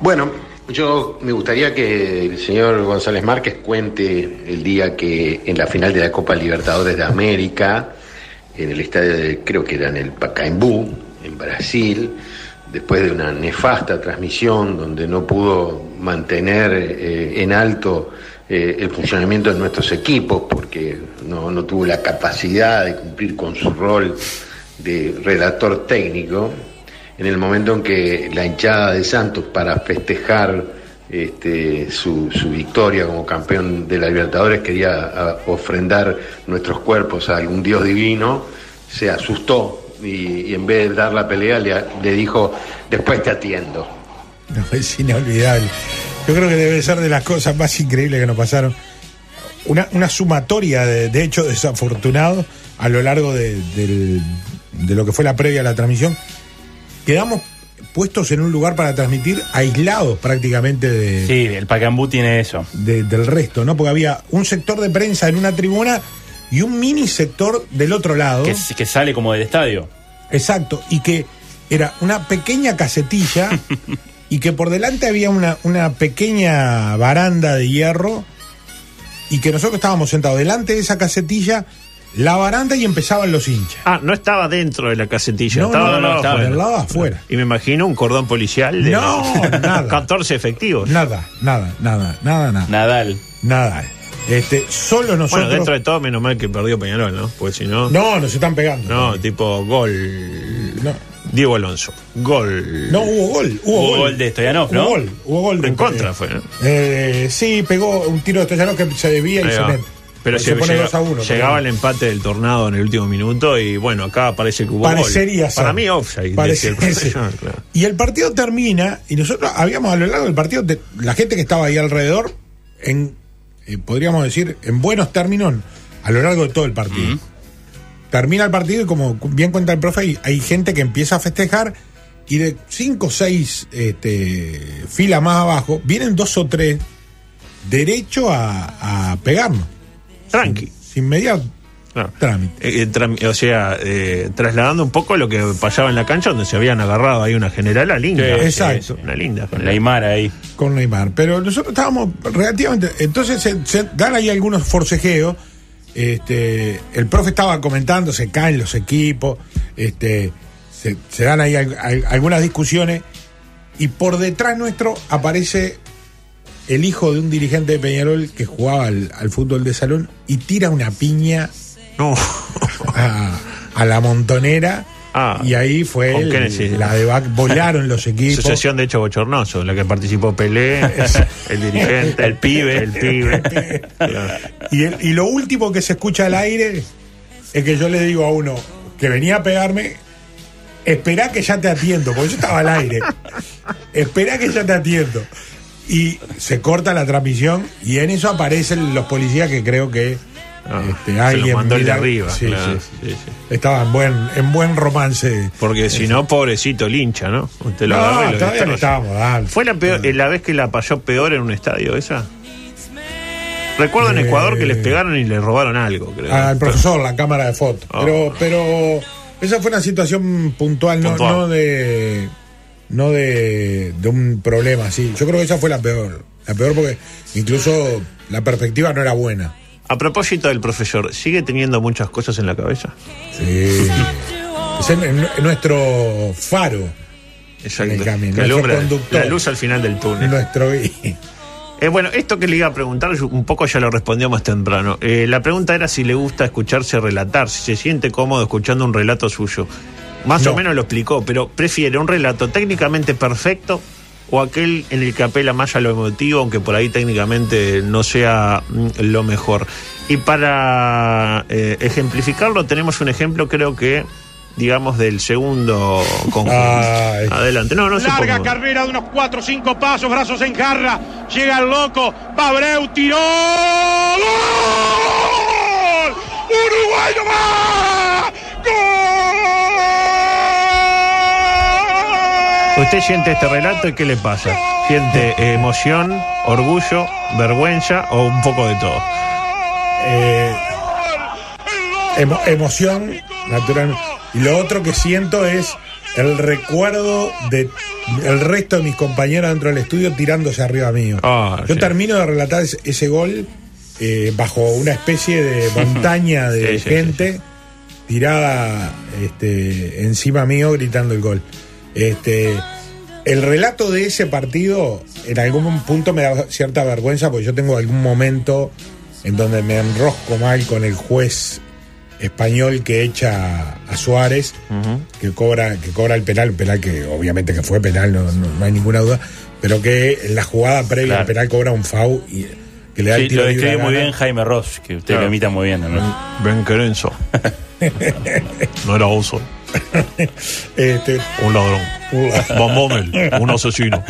[SPEAKER 6] Bueno, yo me gustaría que el señor González Márquez cuente el día que en la final de la Copa Libertadores de América, en el estadio, de, creo que era en el Pacaembú, en Brasil, después de una nefasta transmisión donde no pudo mantener eh, en alto eh, el funcionamiento de nuestros equipos porque no, no tuvo la capacidad de cumplir con su rol de relator técnico, en el momento en que la hinchada de Santos para festejar este, su, su victoria como campeón de la Libertadores quería a, ofrendar nuestros cuerpos a algún dios divino, se asustó y, y en vez de dar la pelea le, le dijo, después te atiendo.
[SPEAKER 4] No, es inolvidable. Yo creo que debe ser de las cosas más increíbles que nos pasaron. Una, una sumatoria de, de hechos desafortunados a lo largo de, del- de lo que fue la previa a la transmisión, quedamos puestos en un lugar para transmitir aislados prácticamente de,
[SPEAKER 3] Sí, el Pacambú tiene eso.
[SPEAKER 4] de- del resto, ¿no? Porque había un sector de prensa en una tribuna y un mini sector del otro lado.
[SPEAKER 3] Que, s- que sale como del estadio.
[SPEAKER 4] Exacto, y que era una pequeña casetilla y que por delante había una, una pequeña baranda de hierro y que nosotros estábamos sentados delante de esa casetilla, la baranda y empezaban los hinchas.
[SPEAKER 2] Ah, no estaba dentro de la casetilla,
[SPEAKER 4] No,
[SPEAKER 2] estaba
[SPEAKER 4] no,
[SPEAKER 2] del
[SPEAKER 4] no,
[SPEAKER 2] lado
[SPEAKER 4] estaba
[SPEAKER 2] afuera.
[SPEAKER 4] del lado afuera.
[SPEAKER 2] Y me imagino un cordón policial de
[SPEAKER 4] No, nada.
[SPEAKER 2] 14 efectivos.
[SPEAKER 4] Nada, nada, nada, nada, nada,
[SPEAKER 3] Nadal.
[SPEAKER 4] nada. Este, solo
[SPEAKER 2] bueno,
[SPEAKER 4] nosotros...
[SPEAKER 2] dentro de todo, menos mal que perdió Peñarol, ¿no? Pues si no, no,
[SPEAKER 4] No, nos están pegando.
[SPEAKER 2] tipo gol.
[SPEAKER 4] No.
[SPEAKER 2] Diego Alonso, gol.
[SPEAKER 4] No, hubo gol, hubo,
[SPEAKER 3] Hubo gol de Stoyanov, ¿no?
[SPEAKER 4] Hubo gol, hubo gol.
[SPEAKER 2] En
[SPEAKER 4] de-
[SPEAKER 2] contra fue, ¿no?
[SPEAKER 4] Eh, sí, pegó un tiro de Stoyanov que se debía y
[SPEAKER 2] Ahí
[SPEAKER 4] se,
[SPEAKER 2] va.
[SPEAKER 4] met-
[SPEAKER 2] Pero
[SPEAKER 4] se
[SPEAKER 2] se
[SPEAKER 4] pone
[SPEAKER 2] llega-
[SPEAKER 4] 2 a 1.
[SPEAKER 2] llegaba el empate del tornado en el último minuto y bueno, acá parece que hubo gol.
[SPEAKER 4] Parecería ser.
[SPEAKER 2] Para mí offside. decía
[SPEAKER 4] Parece-
[SPEAKER 2] el profesor,
[SPEAKER 4] ese.
[SPEAKER 2] claro.
[SPEAKER 4] Y el partido termina, y nosotros habíamos a lo largo del partido, de- la gente que estaba ahí alrededor, en eh, podríamos decir, en buenos términos, a lo largo de todo el partido. Termina el partido y como cu- bien cuenta el profe, hay, hay gente que empieza a festejar y de cinco o seis este, filas más abajo, vienen dos o tres derecho a, a pegarnos,
[SPEAKER 2] Tranqui.
[SPEAKER 4] sin mediar
[SPEAKER 2] claro.
[SPEAKER 4] trámite.
[SPEAKER 2] Eh, eh, tram- o sea, eh, trasladando un poco lo que pasaba en la cancha donde se habían agarrado ahí una general a linda.
[SPEAKER 3] Sí,
[SPEAKER 4] Exacto.
[SPEAKER 2] Una linda.
[SPEAKER 3] Con Neymar ahí.
[SPEAKER 4] con Neymar. Pero nosotros estábamos relativamente. Entonces se, se dan ahí algunos forcejeos. Este, el profe estaba comentando, se caen los equipos, este, se, se dan ahí al- al- algunas discusiones. Y por detrás nuestro aparece el hijo de un dirigente de Peñarol que jugaba al, al fútbol de salón y tira una piña
[SPEAKER 2] No.
[SPEAKER 4] a, a la montonera.
[SPEAKER 2] Ah,
[SPEAKER 4] y ahí fue
[SPEAKER 2] ¿con
[SPEAKER 4] el-
[SPEAKER 2] qué necesidad?
[SPEAKER 4] la de volaron los equipos.
[SPEAKER 2] Sucesión de hecho bochornoso, en la que participó Pelé, el dirigente, el pibe, el pibe. Claro.
[SPEAKER 4] Y, el- y lo último que se escucha al aire es que yo le digo a uno que venía a pegarme, esperá que ya te atiendo, porque yo estaba al aire. esperá que ya te atiendo. Y se corta la transmisión y en eso aparecen los policías que creo que
[SPEAKER 2] Ah,
[SPEAKER 4] este,
[SPEAKER 2] se lo
[SPEAKER 4] alguien
[SPEAKER 2] mandó el de
[SPEAKER 4] mira-
[SPEAKER 2] arriba.
[SPEAKER 4] Sí,
[SPEAKER 2] claro.
[SPEAKER 4] sí, sí.
[SPEAKER 2] Sí, sí.
[SPEAKER 4] Estaba en buen, en buen romance.
[SPEAKER 2] Porque si no, pobrecito el hincha, ¿no? Usted lo agarra y
[SPEAKER 4] No,
[SPEAKER 2] lo
[SPEAKER 4] todavía no
[SPEAKER 2] destroza.
[SPEAKER 4] estábamos. dale.
[SPEAKER 2] ¿Fue la, peor,
[SPEAKER 4] Ah.
[SPEAKER 2] eh, la vez que la pasó peor en un estadio esa? Recuerdo en
[SPEAKER 4] Eh.
[SPEAKER 2] Ecuador que les pegaron y le robaron algo, creo.
[SPEAKER 4] al profesor la cámara de fotos.
[SPEAKER 2] Ah.
[SPEAKER 4] Pero, pero esa fue una situación puntual, no,
[SPEAKER 2] Puntual.
[SPEAKER 4] no de no de, de un problema así. Yo creo que esa fue la peor, la peor porque incluso la perspectiva no era buena.
[SPEAKER 2] A propósito del profesor, ¿sigue teniendo muchas cosas en la cabeza?
[SPEAKER 4] Sí. es en- en- en nuestro faro, En el camino,
[SPEAKER 2] Que
[SPEAKER 4] nuestro
[SPEAKER 2] alumbra
[SPEAKER 4] conductor.
[SPEAKER 2] la luz al final del túnel.
[SPEAKER 4] nuestro guía.
[SPEAKER 2] Eh, bueno, esto que le iba a preguntar, yo un poco ya lo respondió más temprano. Eh, la pregunta era si le gusta escucharse relatar, si se siente cómodo escuchando un relato suyo. Más o
[SPEAKER 4] No.
[SPEAKER 2] menos lo explicó, pero prefiere un relato técnicamente perfecto o aquel en el que apela más a lo emotivo, aunque por ahí técnicamente no sea mm, lo mejor. Y para eh, ejemplificarlo, tenemos un ejemplo, creo que, digamos, del segundo conjunto.
[SPEAKER 4] Ay.
[SPEAKER 2] Adelante. No, no se
[SPEAKER 7] Larga
[SPEAKER 2] ponga.
[SPEAKER 7] carrera de unos 4 o 5 pasos, brazos en jarra. Llega el loco, va Abreu, tiró. ¡Gol! ¡Uruguay no va! ¡Gol!
[SPEAKER 2] Usted siente este relato y qué le pasa? ¿Siente eh, emoción, orgullo, vergüenza o un poco de todo?
[SPEAKER 4] Eh, emo- emoción, naturalmente. Y lo otro que siento es el recuerdo de el resto de mis compañeros dentro del estudio tirándose arriba mío.
[SPEAKER 2] Ah,
[SPEAKER 4] Yo
[SPEAKER 2] sí.
[SPEAKER 4] termino de relatar es- ese, gol eh, bajo una especie de montaña de
[SPEAKER 2] Sí, sí,
[SPEAKER 4] gente tirada este, encima mío gritando el gol. Este, el relato de ese partido en algún punto me da cierta vergüenza porque yo tengo algún momento en donde me enrosco mal con el juez español que echa a Suárez, que cobra que cobra el penal, un penal que obviamente que fue penal, no, no- no hay ninguna duda, pero que en la jugada previa
[SPEAKER 3] Claro.
[SPEAKER 4] al penal cobra un FAU y que le da
[SPEAKER 3] Sí,
[SPEAKER 4] el tiro
[SPEAKER 3] lo
[SPEAKER 4] libre
[SPEAKER 3] describe
[SPEAKER 4] a
[SPEAKER 3] muy
[SPEAKER 4] Gana.
[SPEAKER 3] bien Jaime Ross, que usted
[SPEAKER 2] Claro.
[SPEAKER 3] lo imita muy bien. ¿no?
[SPEAKER 2] Ben Querenzo. No era oso,
[SPEAKER 4] Este,
[SPEAKER 2] un ladrón. Van Bommel, un asesino.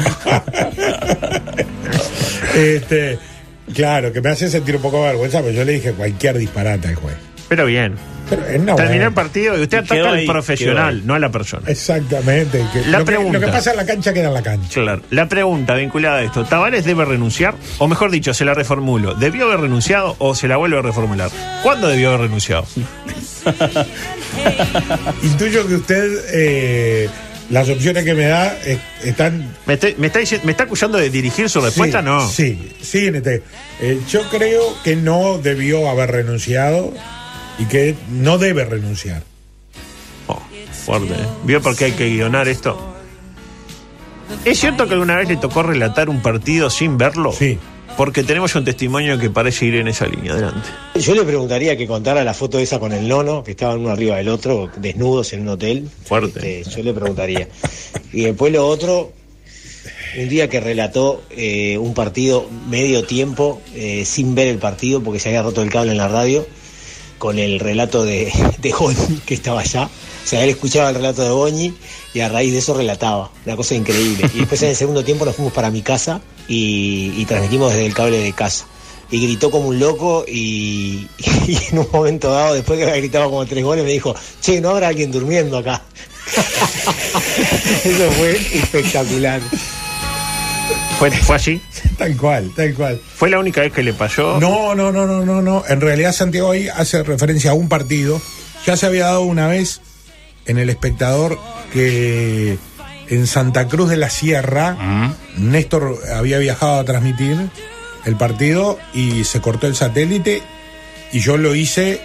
[SPEAKER 4] pues Este, claro, que me hace sentir un poco de vergüenza, pero yo le dije cualquier disparate al juez.
[SPEAKER 2] Pero bien.
[SPEAKER 4] Pero es una
[SPEAKER 2] Terminó el
[SPEAKER 4] buena.
[SPEAKER 2] partido y usted
[SPEAKER 3] Y quedó
[SPEAKER 2] ataca al
[SPEAKER 3] ahí, quedó
[SPEAKER 2] profesional,
[SPEAKER 3] ahí. Eh,
[SPEAKER 2] no a la persona.
[SPEAKER 4] Exactamente. que
[SPEAKER 2] La
[SPEAKER 4] lo, que,
[SPEAKER 2] pregunta.
[SPEAKER 4] lo que pasa en la cancha queda en la cancha.
[SPEAKER 2] Claro. La pregunta vinculada a esto, ¿Tavares debe renunciar? O mejor dicho, se la reformulo. ¿Debió haber renunciado o se la vuelve a reformular? ¿Cuándo debió haber renunciado?
[SPEAKER 4] Intuyo que usted, eh, las opciones que me da eh, están
[SPEAKER 2] ¿Me, estoy- me está, dici- me está acusando de dirigir su respuesta?
[SPEAKER 4] Sí,
[SPEAKER 2] no.
[SPEAKER 4] Sí, sí, Nete. Eh, yo creo que no debió haber renunciado y que no debe renunciar.
[SPEAKER 2] Oh, fuerte. ¿eh? ¿Vio por qué hay que guionar esto? ¿Es cierto que alguna vez le tocó relatar un partido sin verlo?
[SPEAKER 4] Sí.
[SPEAKER 2] Porque tenemos un testimonio que parece ir en esa línea. Adelante.
[SPEAKER 8] Yo le preguntaría que contara la foto esa con el nono, que estaban uno arriba del otro, desnudos en un hotel.
[SPEAKER 2] Fuerte.
[SPEAKER 8] Este, yo le preguntaría. Y después lo otro, un día que relató eh, un partido medio tiempo, eh, sin ver el partido, porque se había roto el cable en la radio, con el relato de, de Goñi, que estaba allá. O sea, él escuchaba el relato de Goñi y a raíz de eso relataba. Una cosa increíble. Y después en el segundo tiempo nos fuimos para mi casa y, y transmitimos desde el cable de casa. Y gritó como un loco y, y en un momento dado, después que había gritado como tres goles, me dijo, che, no habrá alguien durmiendo acá. Eso fue espectacular.
[SPEAKER 2] ¿Fue, fue así?
[SPEAKER 4] Tal cual, tal cual.
[SPEAKER 2] ¿Fue la única vez que le pasó?
[SPEAKER 4] No, no, no, no, no, no. En realidad Santiago ahí hace referencia a un partido. Ya se había dado una vez en el espectador que en Santa Cruz de la Sierra Néstor había viajado a transmitir el partido y se cortó el satélite y yo lo hice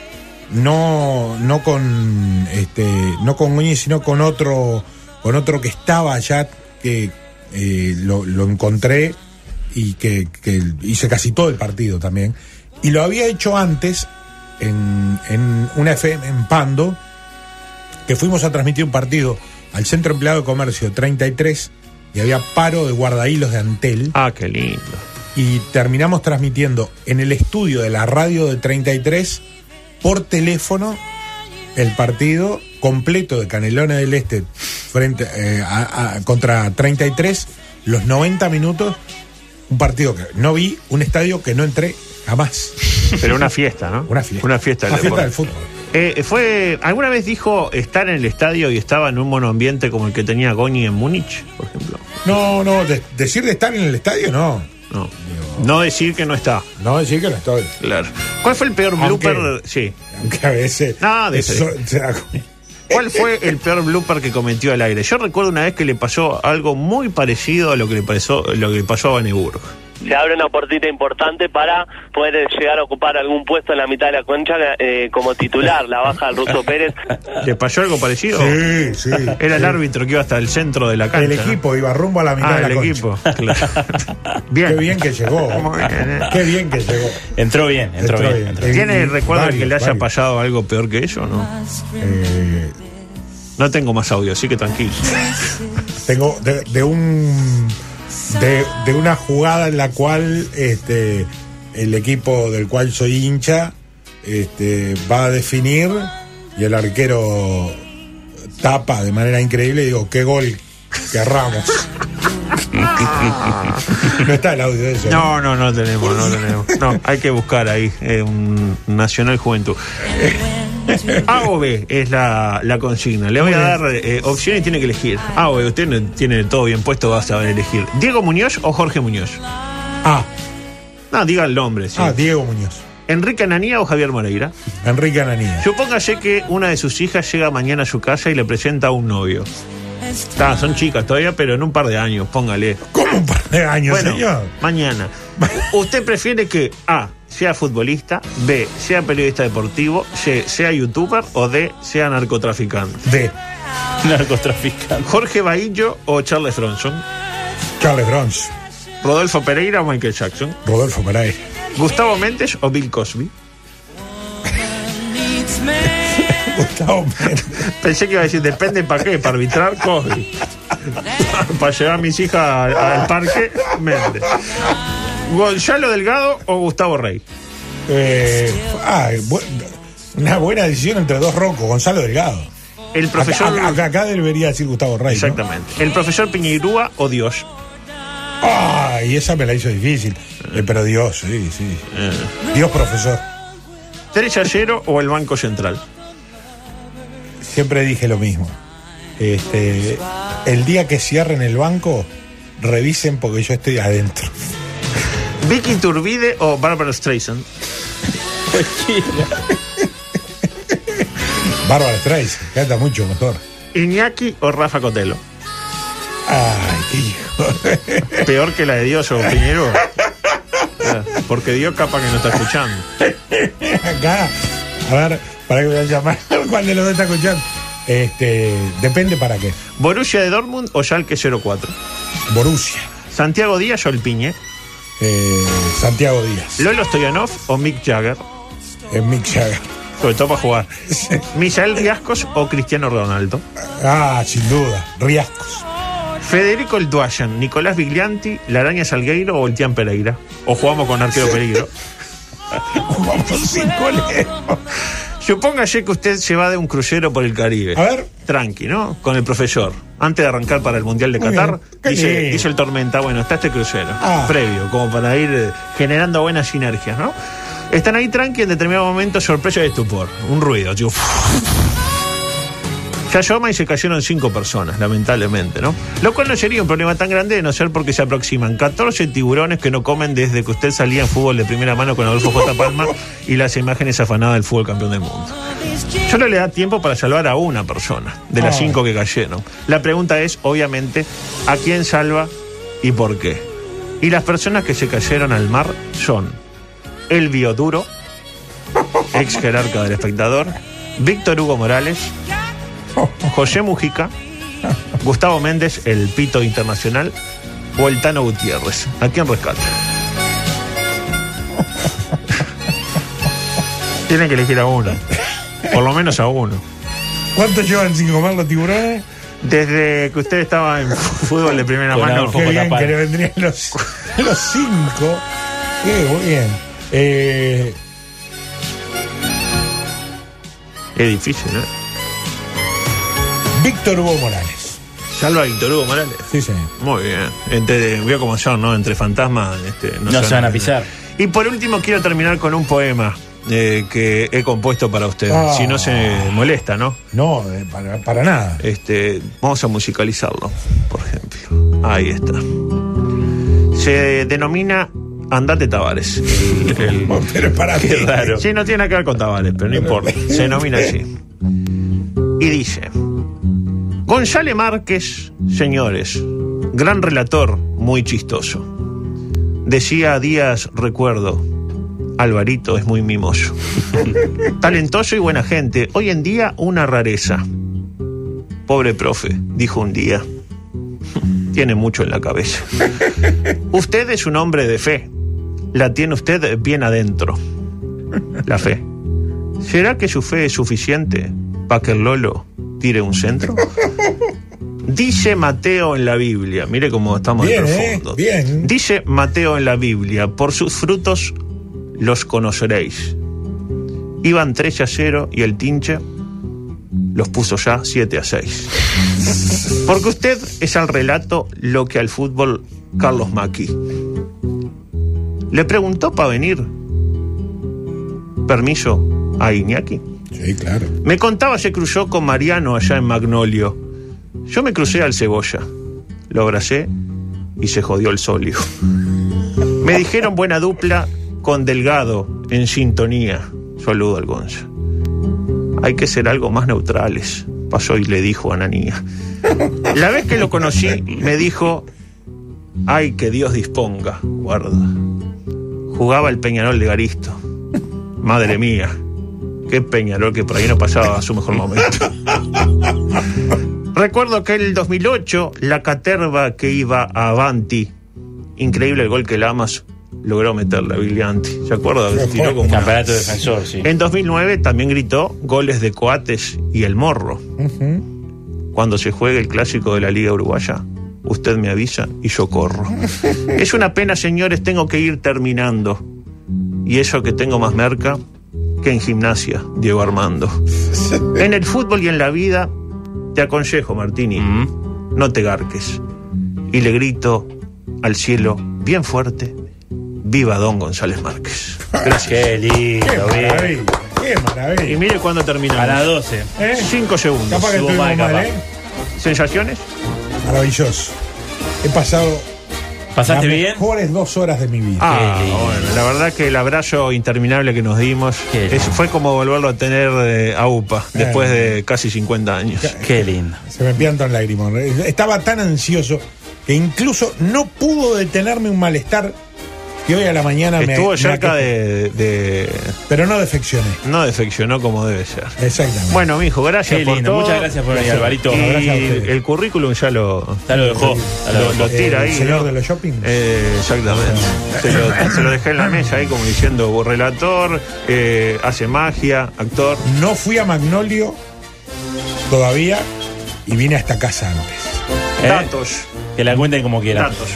[SPEAKER 4] no no con este no con Goñi sino con otro con otro que estaba allá que eh, lo, lo encontré y que, que hice casi todo el partido también y lo había hecho antes en, en una FM en Pando que fuimos a transmitir un partido al Centro Empleado de Comercio 33 y había paro de guardahilos de Antel
[SPEAKER 2] Ah, qué lindo.
[SPEAKER 4] y terminamos transmitiendo en el estudio de la radio de 33 por teléfono el partido completo de Canelones del Este frente eh, a- a- contra 33 los 90 minutos un partido que no vi un estadio que no entré jamás
[SPEAKER 2] Pero una fiesta, ¿no?
[SPEAKER 4] una fiesta
[SPEAKER 2] Una fiesta. del
[SPEAKER 4] Una fiesta
[SPEAKER 2] deporte.
[SPEAKER 4] del fútbol
[SPEAKER 2] Eh, fue, ¿Alguna vez dijo estar en el estadio y estaba en un monoambiente como el que tenía Goñi en Múnich, por ejemplo?
[SPEAKER 4] no no de- decir de estar en el estadio no
[SPEAKER 2] No. No decir que no está.
[SPEAKER 4] no decir que no estoy
[SPEAKER 2] Claro. ¿Cuál fue el peor
[SPEAKER 4] Aunque-
[SPEAKER 2] blooper? Sí.
[SPEAKER 4] aunque a veces
[SPEAKER 2] No, de-
[SPEAKER 4] eso- o sea,
[SPEAKER 2] ¿Cuál fue el peor blooper que cometió al aire? Yo recuerdo una vez que le pasó algo muy parecido a lo que le pasó, lo que le pasó a Baneburgo.
[SPEAKER 9] se abre una puertita importante para poder llegar a ocupar algún puesto en la mitad de la concha eh, como titular, la baja del Ruso Pérez.
[SPEAKER 2] ¿Le pasó algo parecido?
[SPEAKER 4] sí sí
[SPEAKER 2] Era el árbitro que iba hasta el centro de la cancha.
[SPEAKER 4] el
[SPEAKER 2] ¿no?
[SPEAKER 4] equipo iba rumbo a la mitad
[SPEAKER 2] Ah,
[SPEAKER 4] de la
[SPEAKER 2] el
[SPEAKER 4] concha.
[SPEAKER 2] equipo. claro. Bien.
[SPEAKER 4] Qué bien que llegó.
[SPEAKER 2] Muy bien, eh.
[SPEAKER 4] Qué bien que llegó.
[SPEAKER 3] Entró bien, entró,
[SPEAKER 4] Entró
[SPEAKER 3] bien.
[SPEAKER 4] bien.
[SPEAKER 3] entró bien.
[SPEAKER 2] ¿Tiene
[SPEAKER 4] Y
[SPEAKER 2] recuerdo de
[SPEAKER 4] varios,
[SPEAKER 2] que le haya
[SPEAKER 4] varios.
[SPEAKER 2] pasado algo peor que eso o no?
[SPEAKER 4] Eh,
[SPEAKER 2] No tengo más audio, así que tranquilo.
[SPEAKER 4] tengo de, de un de, de una jugada en la cual este el equipo del cual soy hincha este, va a definir y el arquero tapa de manera increíble y digo, qué gol que Ramos. no está el audio de eso. ¿no?
[SPEAKER 2] No, no, no tenemos, no tenemos. No, hay que buscar ahí eh, un Nacional Juventud. Eh, A o B es la, la consigna. Le voy a dar eh, opciones y tiene que elegir. A o B, usted no tiene todo bien puesto, va a saber elegir. ¿Diego Muñoz o Jorge Muñoz?
[SPEAKER 4] Ah,
[SPEAKER 2] No, diga el nombre, sí.
[SPEAKER 4] ah, Diego Muñoz.
[SPEAKER 2] ¿Enrique Ananía o Javier Moreira?
[SPEAKER 4] Enrique Ananía.
[SPEAKER 2] Supóngase que una de sus hijas llega mañana a su casa y le presenta a un novio. Está, son chicas todavía, pero en un par de años, póngale.
[SPEAKER 4] ¿Cómo un par de años,
[SPEAKER 2] Bueno,
[SPEAKER 4] señor?
[SPEAKER 2] mañana. U- ¿Usted prefiere que A, sea futbolista, B, sea periodista deportivo, C, sea youtuber o D, sea narcotraficante?
[SPEAKER 4] De
[SPEAKER 3] Narcotraficante.
[SPEAKER 2] ¿Jorge Bahillo o Charles Bronson?
[SPEAKER 4] Charles Bronze,
[SPEAKER 2] ¿Rodolfo Pereira o Michael Jackson?
[SPEAKER 4] Rodolfo Maray.
[SPEAKER 2] ¿Gustavo Méndez o Bill Cosby?
[SPEAKER 4] Gustavo Méndez.
[SPEAKER 2] Pensé que iba a decir, depende para qué, para arbitrar Cosby. para llevar a mis hijas al, al parque, Méndez. ¿Gonzalo Delgado o Gustavo Rey?
[SPEAKER 4] Eh, ah, bu- una buena decisión entre dos roncos, Gonzalo Delgado.
[SPEAKER 2] El profesor...
[SPEAKER 4] Acá, acá- acá debería decir Gustavo Rey. ¿no?
[SPEAKER 2] Exactamente. ¿El profesor Piñeirúa o Dios?
[SPEAKER 4] Ah,
[SPEAKER 2] Eh.
[SPEAKER 4] y esa me la hizo difícil. Eh, pero Dios, sí, sí. Dios profesor.
[SPEAKER 2] 3 a 0 o el Banco Central.
[SPEAKER 4] Siempre dije lo mismo. Este, el día que cierren el banco, revisen porque yo estoy adentro.
[SPEAKER 2] ¿Vicky Turbide o Barbara Streisand?
[SPEAKER 4] Bárbara Streisand, canta mucho mejor.
[SPEAKER 2] ¿Iñaki o Rafa Cotelo?
[SPEAKER 4] Ay, hijo.
[SPEAKER 2] Peor que la de Dios o Piñero. Ah, Porque Dios capaz que no está escuchando.
[SPEAKER 4] Acá, a ver, para que voy a llamar cuál de los dos está escuchando. Este, depende para qué.
[SPEAKER 2] ¿Borussia de Dortmund o Schalke 04?
[SPEAKER 4] Borussia,
[SPEAKER 2] ¿Santiago Díaz o el Piñe?
[SPEAKER 4] eh, Santiago Díaz,
[SPEAKER 2] ¿Lolo Stoyanov o Mick Jagger?
[SPEAKER 4] en Mick Jagger.
[SPEAKER 2] Sobre todo para jugar. ¿Misael Riascos o Cristiano Ronaldo?
[SPEAKER 4] Ah, sin duda, Riascos.
[SPEAKER 2] ¿Federico El Duayan, Nicolás Viglianti, La Araña Salgueiro o el Tian Pereira? ¿O jugamos con arquero peligro?
[SPEAKER 4] Vamos cinco lejos.
[SPEAKER 2] Supóngase que usted se va de un crucero por el Caribe.
[SPEAKER 4] A ver.
[SPEAKER 2] Tranqui, ¿no? Con el profesor. Antes de arrancar para el Mundial de
[SPEAKER 4] Muy
[SPEAKER 2] Qatar,
[SPEAKER 4] bien. Qué
[SPEAKER 2] dice,
[SPEAKER 4] lindo.
[SPEAKER 2] dice el Tormenta, bueno, está este crucero.
[SPEAKER 4] Ah.
[SPEAKER 2] Previo, como para ir eh, generando buenas sinergias, ¿no? Están ahí tranqui, en determinado momento, sorpresa y estupor. Un ruido, tipo... Se asoma y se cayeron cinco personas, lamentablemente, ¿no? Lo cual no sería un problema tan grande de no ser porque se aproximan 14 tiburones que no comen desde que usted salía en fútbol de primera mano con Adolfo J. Palma y las imágenes afanadas del fútbol campeón del mundo. Solo le da tiempo para salvar a una persona de las
[SPEAKER 4] Ah.
[SPEAKER 2] cinco que cayeron. La pregunta es, obviamente, ¿a quién salva y por qué? Y las personas que se cayeron al mar son El Bioduro, ex jerarca del espectador, Víctor Hugo Morales, José Mujica, Gustavo Méndez, el pito internacional, o el Tano Gutiérrez. ¿A quién rescata? Tienen que elegir a uno. Por lo menos a uno.
[SPEAKER 4] ¿Cuánto llevan sin comer los tiburones?
[SPEAKER 2] Desde que usted estaba en fútbol de primera
[SPEAKER 3] Con
[SPEAKER 2] mano.
[SPEAKER 3] Adolfo
[SPEAKER 4] Qué
[SPEAKER 3] Poco
[SPEAKER 4] bien
[SPEAKER 3] tapado.
[SPEAKER 4] que le vendrían los, los cinco. Qué bien. Eh,
[SPEAKER 2] Es difícil, ¿no?
[SPEAKER 4] Víctor Hugo Morales.
[SPEAKER 2] Salva a Víctor Hugo Morales.
[SPEAKER 4] Sí, señor.
[SPEAKER 2] Muy bien. Entre, veo como son, ¿no? Entre fantasmas este,
[SPEAKER 3] No se van a pisar.
[SPEAKER 2] Y por último quiero terminar con un poema eh, que he compuesto para usted.
[SPEAKER 4] Ah.
[SPEAKER 2] Si no se molesta, ¿no?
[SPEAKER 4] No, eh, para, para nada.
[SPEAKER 2] Este, vamos a musicalizarlo, por ejemplo. Ahí está. Se denomina Andate Tavares. El-
[SPEAKER 4] Pero para qué
[SPEAKER 2] el- sí, no tiene nada que ver con Tavares, pero no importa. Se denomina así. Y dice: González Márquez, señores, gran relator, muy chistoso. Decía a Díaz, recuerdo, Alvarito es muy mimoso. Talentoso y buena gente, hoy en día una rareza. Pobre profe, dijo un día. Tiene mucho en la cabeza. Usted es un hombre de fe. La tiene usted bien adentro. La fe. ¿Será que su fe es suficiente para que el Lolo tire un centro? Dice Mateo en la Biblia. Mire cómo estamos de
[SPEAKER 4] Bien, ¿eh?
[SPEAKER 2] profundo.
[SPEAKER 4] Bien.
[SPEAKER 2] Dice Mateo en la Biblia: Por sus frutos los conoceréis. Iban 3 a 0 y el tinche los puso ya 7 a 6. Porque usted es al relato lo que al fútbol Carlos Maki. ¿Le preguntó para venir permiso a Iñaki?
[SPEAKER 4] Sí, claro.
[SPEAKER 2] Me contaba se cruzó con Mariano allá en Magnolio. Yo me crucé al Cebolla. Lo abracé y se jodió el solio. Me dijeron buena dupla con Delgado en sintonía. Saludo al Gonza. Hay que ser algo más neutrales. Pasó y le dijo a Ananía. La vez que lo conocí me dijo, ay que Dios disponga, guarda. Jugaba el Peñarol de Garisto. Madre mía, qué Peñarol que por ahí no pasaba a su mejor momento. Recuerdo que el 2008 la caterva que iba a Avanti, increíble el gol que Lamas logró meterle a Viglianti. ¿Se acuerda? Tiró como una-
[SPEAKER 3] Campeonato defensor, sí.
[SPEAKER 2] en 2009 también gritó goles de Coates y el Morro. Cuando se juegue el clásico de la Liga Uruguaya, usted me avisa y yo corro. es una pena, señores, tengo que ir terminando. Y eso que tengo más merca que en gimnasia, Diego Armando. en el fútbol y en la vida, te aconsejo, Martini,
[SPEAKER 3] Mm.
[SPEAKER 2] no te garques. Y le grito al cielo bien fuerte, viva Don González Márquez.
[SPEAKER 3] Qué lindo, bien.
[SPEAKER 4] Maravilla. Qué maravilla. ¿Eh?
[SPEAKER 2] Y mire cuándo terminamos.
[SPEAKER 3] A las 12.
[SPEAKER 2] 5 segundos.
[SPEAKER 4] Capaz que
[SPEAKER 2] Estuvo
[SPEAKER 4] estuvimos
[SPEAKER 2] mal,
[SPEAKER 4] mal,
[SPEAKER 2] capaz.
[SPEAKER 4] ¿eh?
[SPEAKER 2] ¿Sensaciones?
[SPEAKER 4] Maravilloso. He pasado
[SPEAKER 3] ¿Pasaste
[SPEAKER 4] las
[SPEAKER 3] bien?
[SPEAKER 4] mejores dos horas de mi vida.
[SPEAKER 2] Ah,
[SPEAKER 3] lindo.
[SPEAKER 2] bueno, la verdad que el abrazo interminable que nos dimos
[SPEAKER 3] Qué
[SPEAKER 2] es-
[SPEAKER 3] lindo.
[SPEAKER 2] fue como volverlo a tener eh, a UPA después de casi 50 años.
[SPEAKER 3] Qué lindo.
[SPEAKER 4] Se me piantan lágrimas. Estaba tan ansioso que incluso no pudo detenerme un malestar que hoy a la mañana me-
[SPEAKER 2] Estuvo
[SPEAKER 4] me.
[SPEAKER 2] cerca
[SPEAKER 4] aqueja.
[SPEAKER 2] de, de-
[SPEAKER 4] Pero no defeccioné.
[SPEAKER 2] No defeccionó como debe ser.
[SPEAKER 4] Exactamente.
[SPEAKER 2] Bueno, mijo, gracias
[SPEAKER 3] Qué
[SPEAKER 2] por
[SPEAKER 3] lindo.
[SPEAKER 2] todo.
[SPEAKER 3] Muchas gracias por venir,
[SPEAKER 4] Gracias.
[SPEAKER 3] Alvarito.
[SPEAKER 2] Y
[SPEAKER 4] Abrazo a ustedes.
[SPEAKER 2] el currículum ya lo,
[SPEAKER 3] Ya lo dejó. Ya lo
[SPEAKER 2] lo,
[SPEAKER 3] dejó.
[SPEAKER 2] lo tira
[SPEAKER 4] Eh, El
[SPEAKER 2] ahí.
[SPEAKER 4] señor
[SPEAKER 2] ¿no?
[SPEAKER 4] de los shopping.
[SPEAKER 2] Eh, exactamente. Se lo, se lo dejé en la mesa ahí como diciendo, relator, eh, hace magia, actor.
[SPEAKER 4] No fui a Magnolio todavía y vine a esta casa antes.
[SPEAKER 3] ¿Eh?
[SPEAKER 2] Datos,
[SPEAKER 4] Eh.
[SPEAKER 3] Que la cuenten como quieran.
[SPEAKER 2] datos.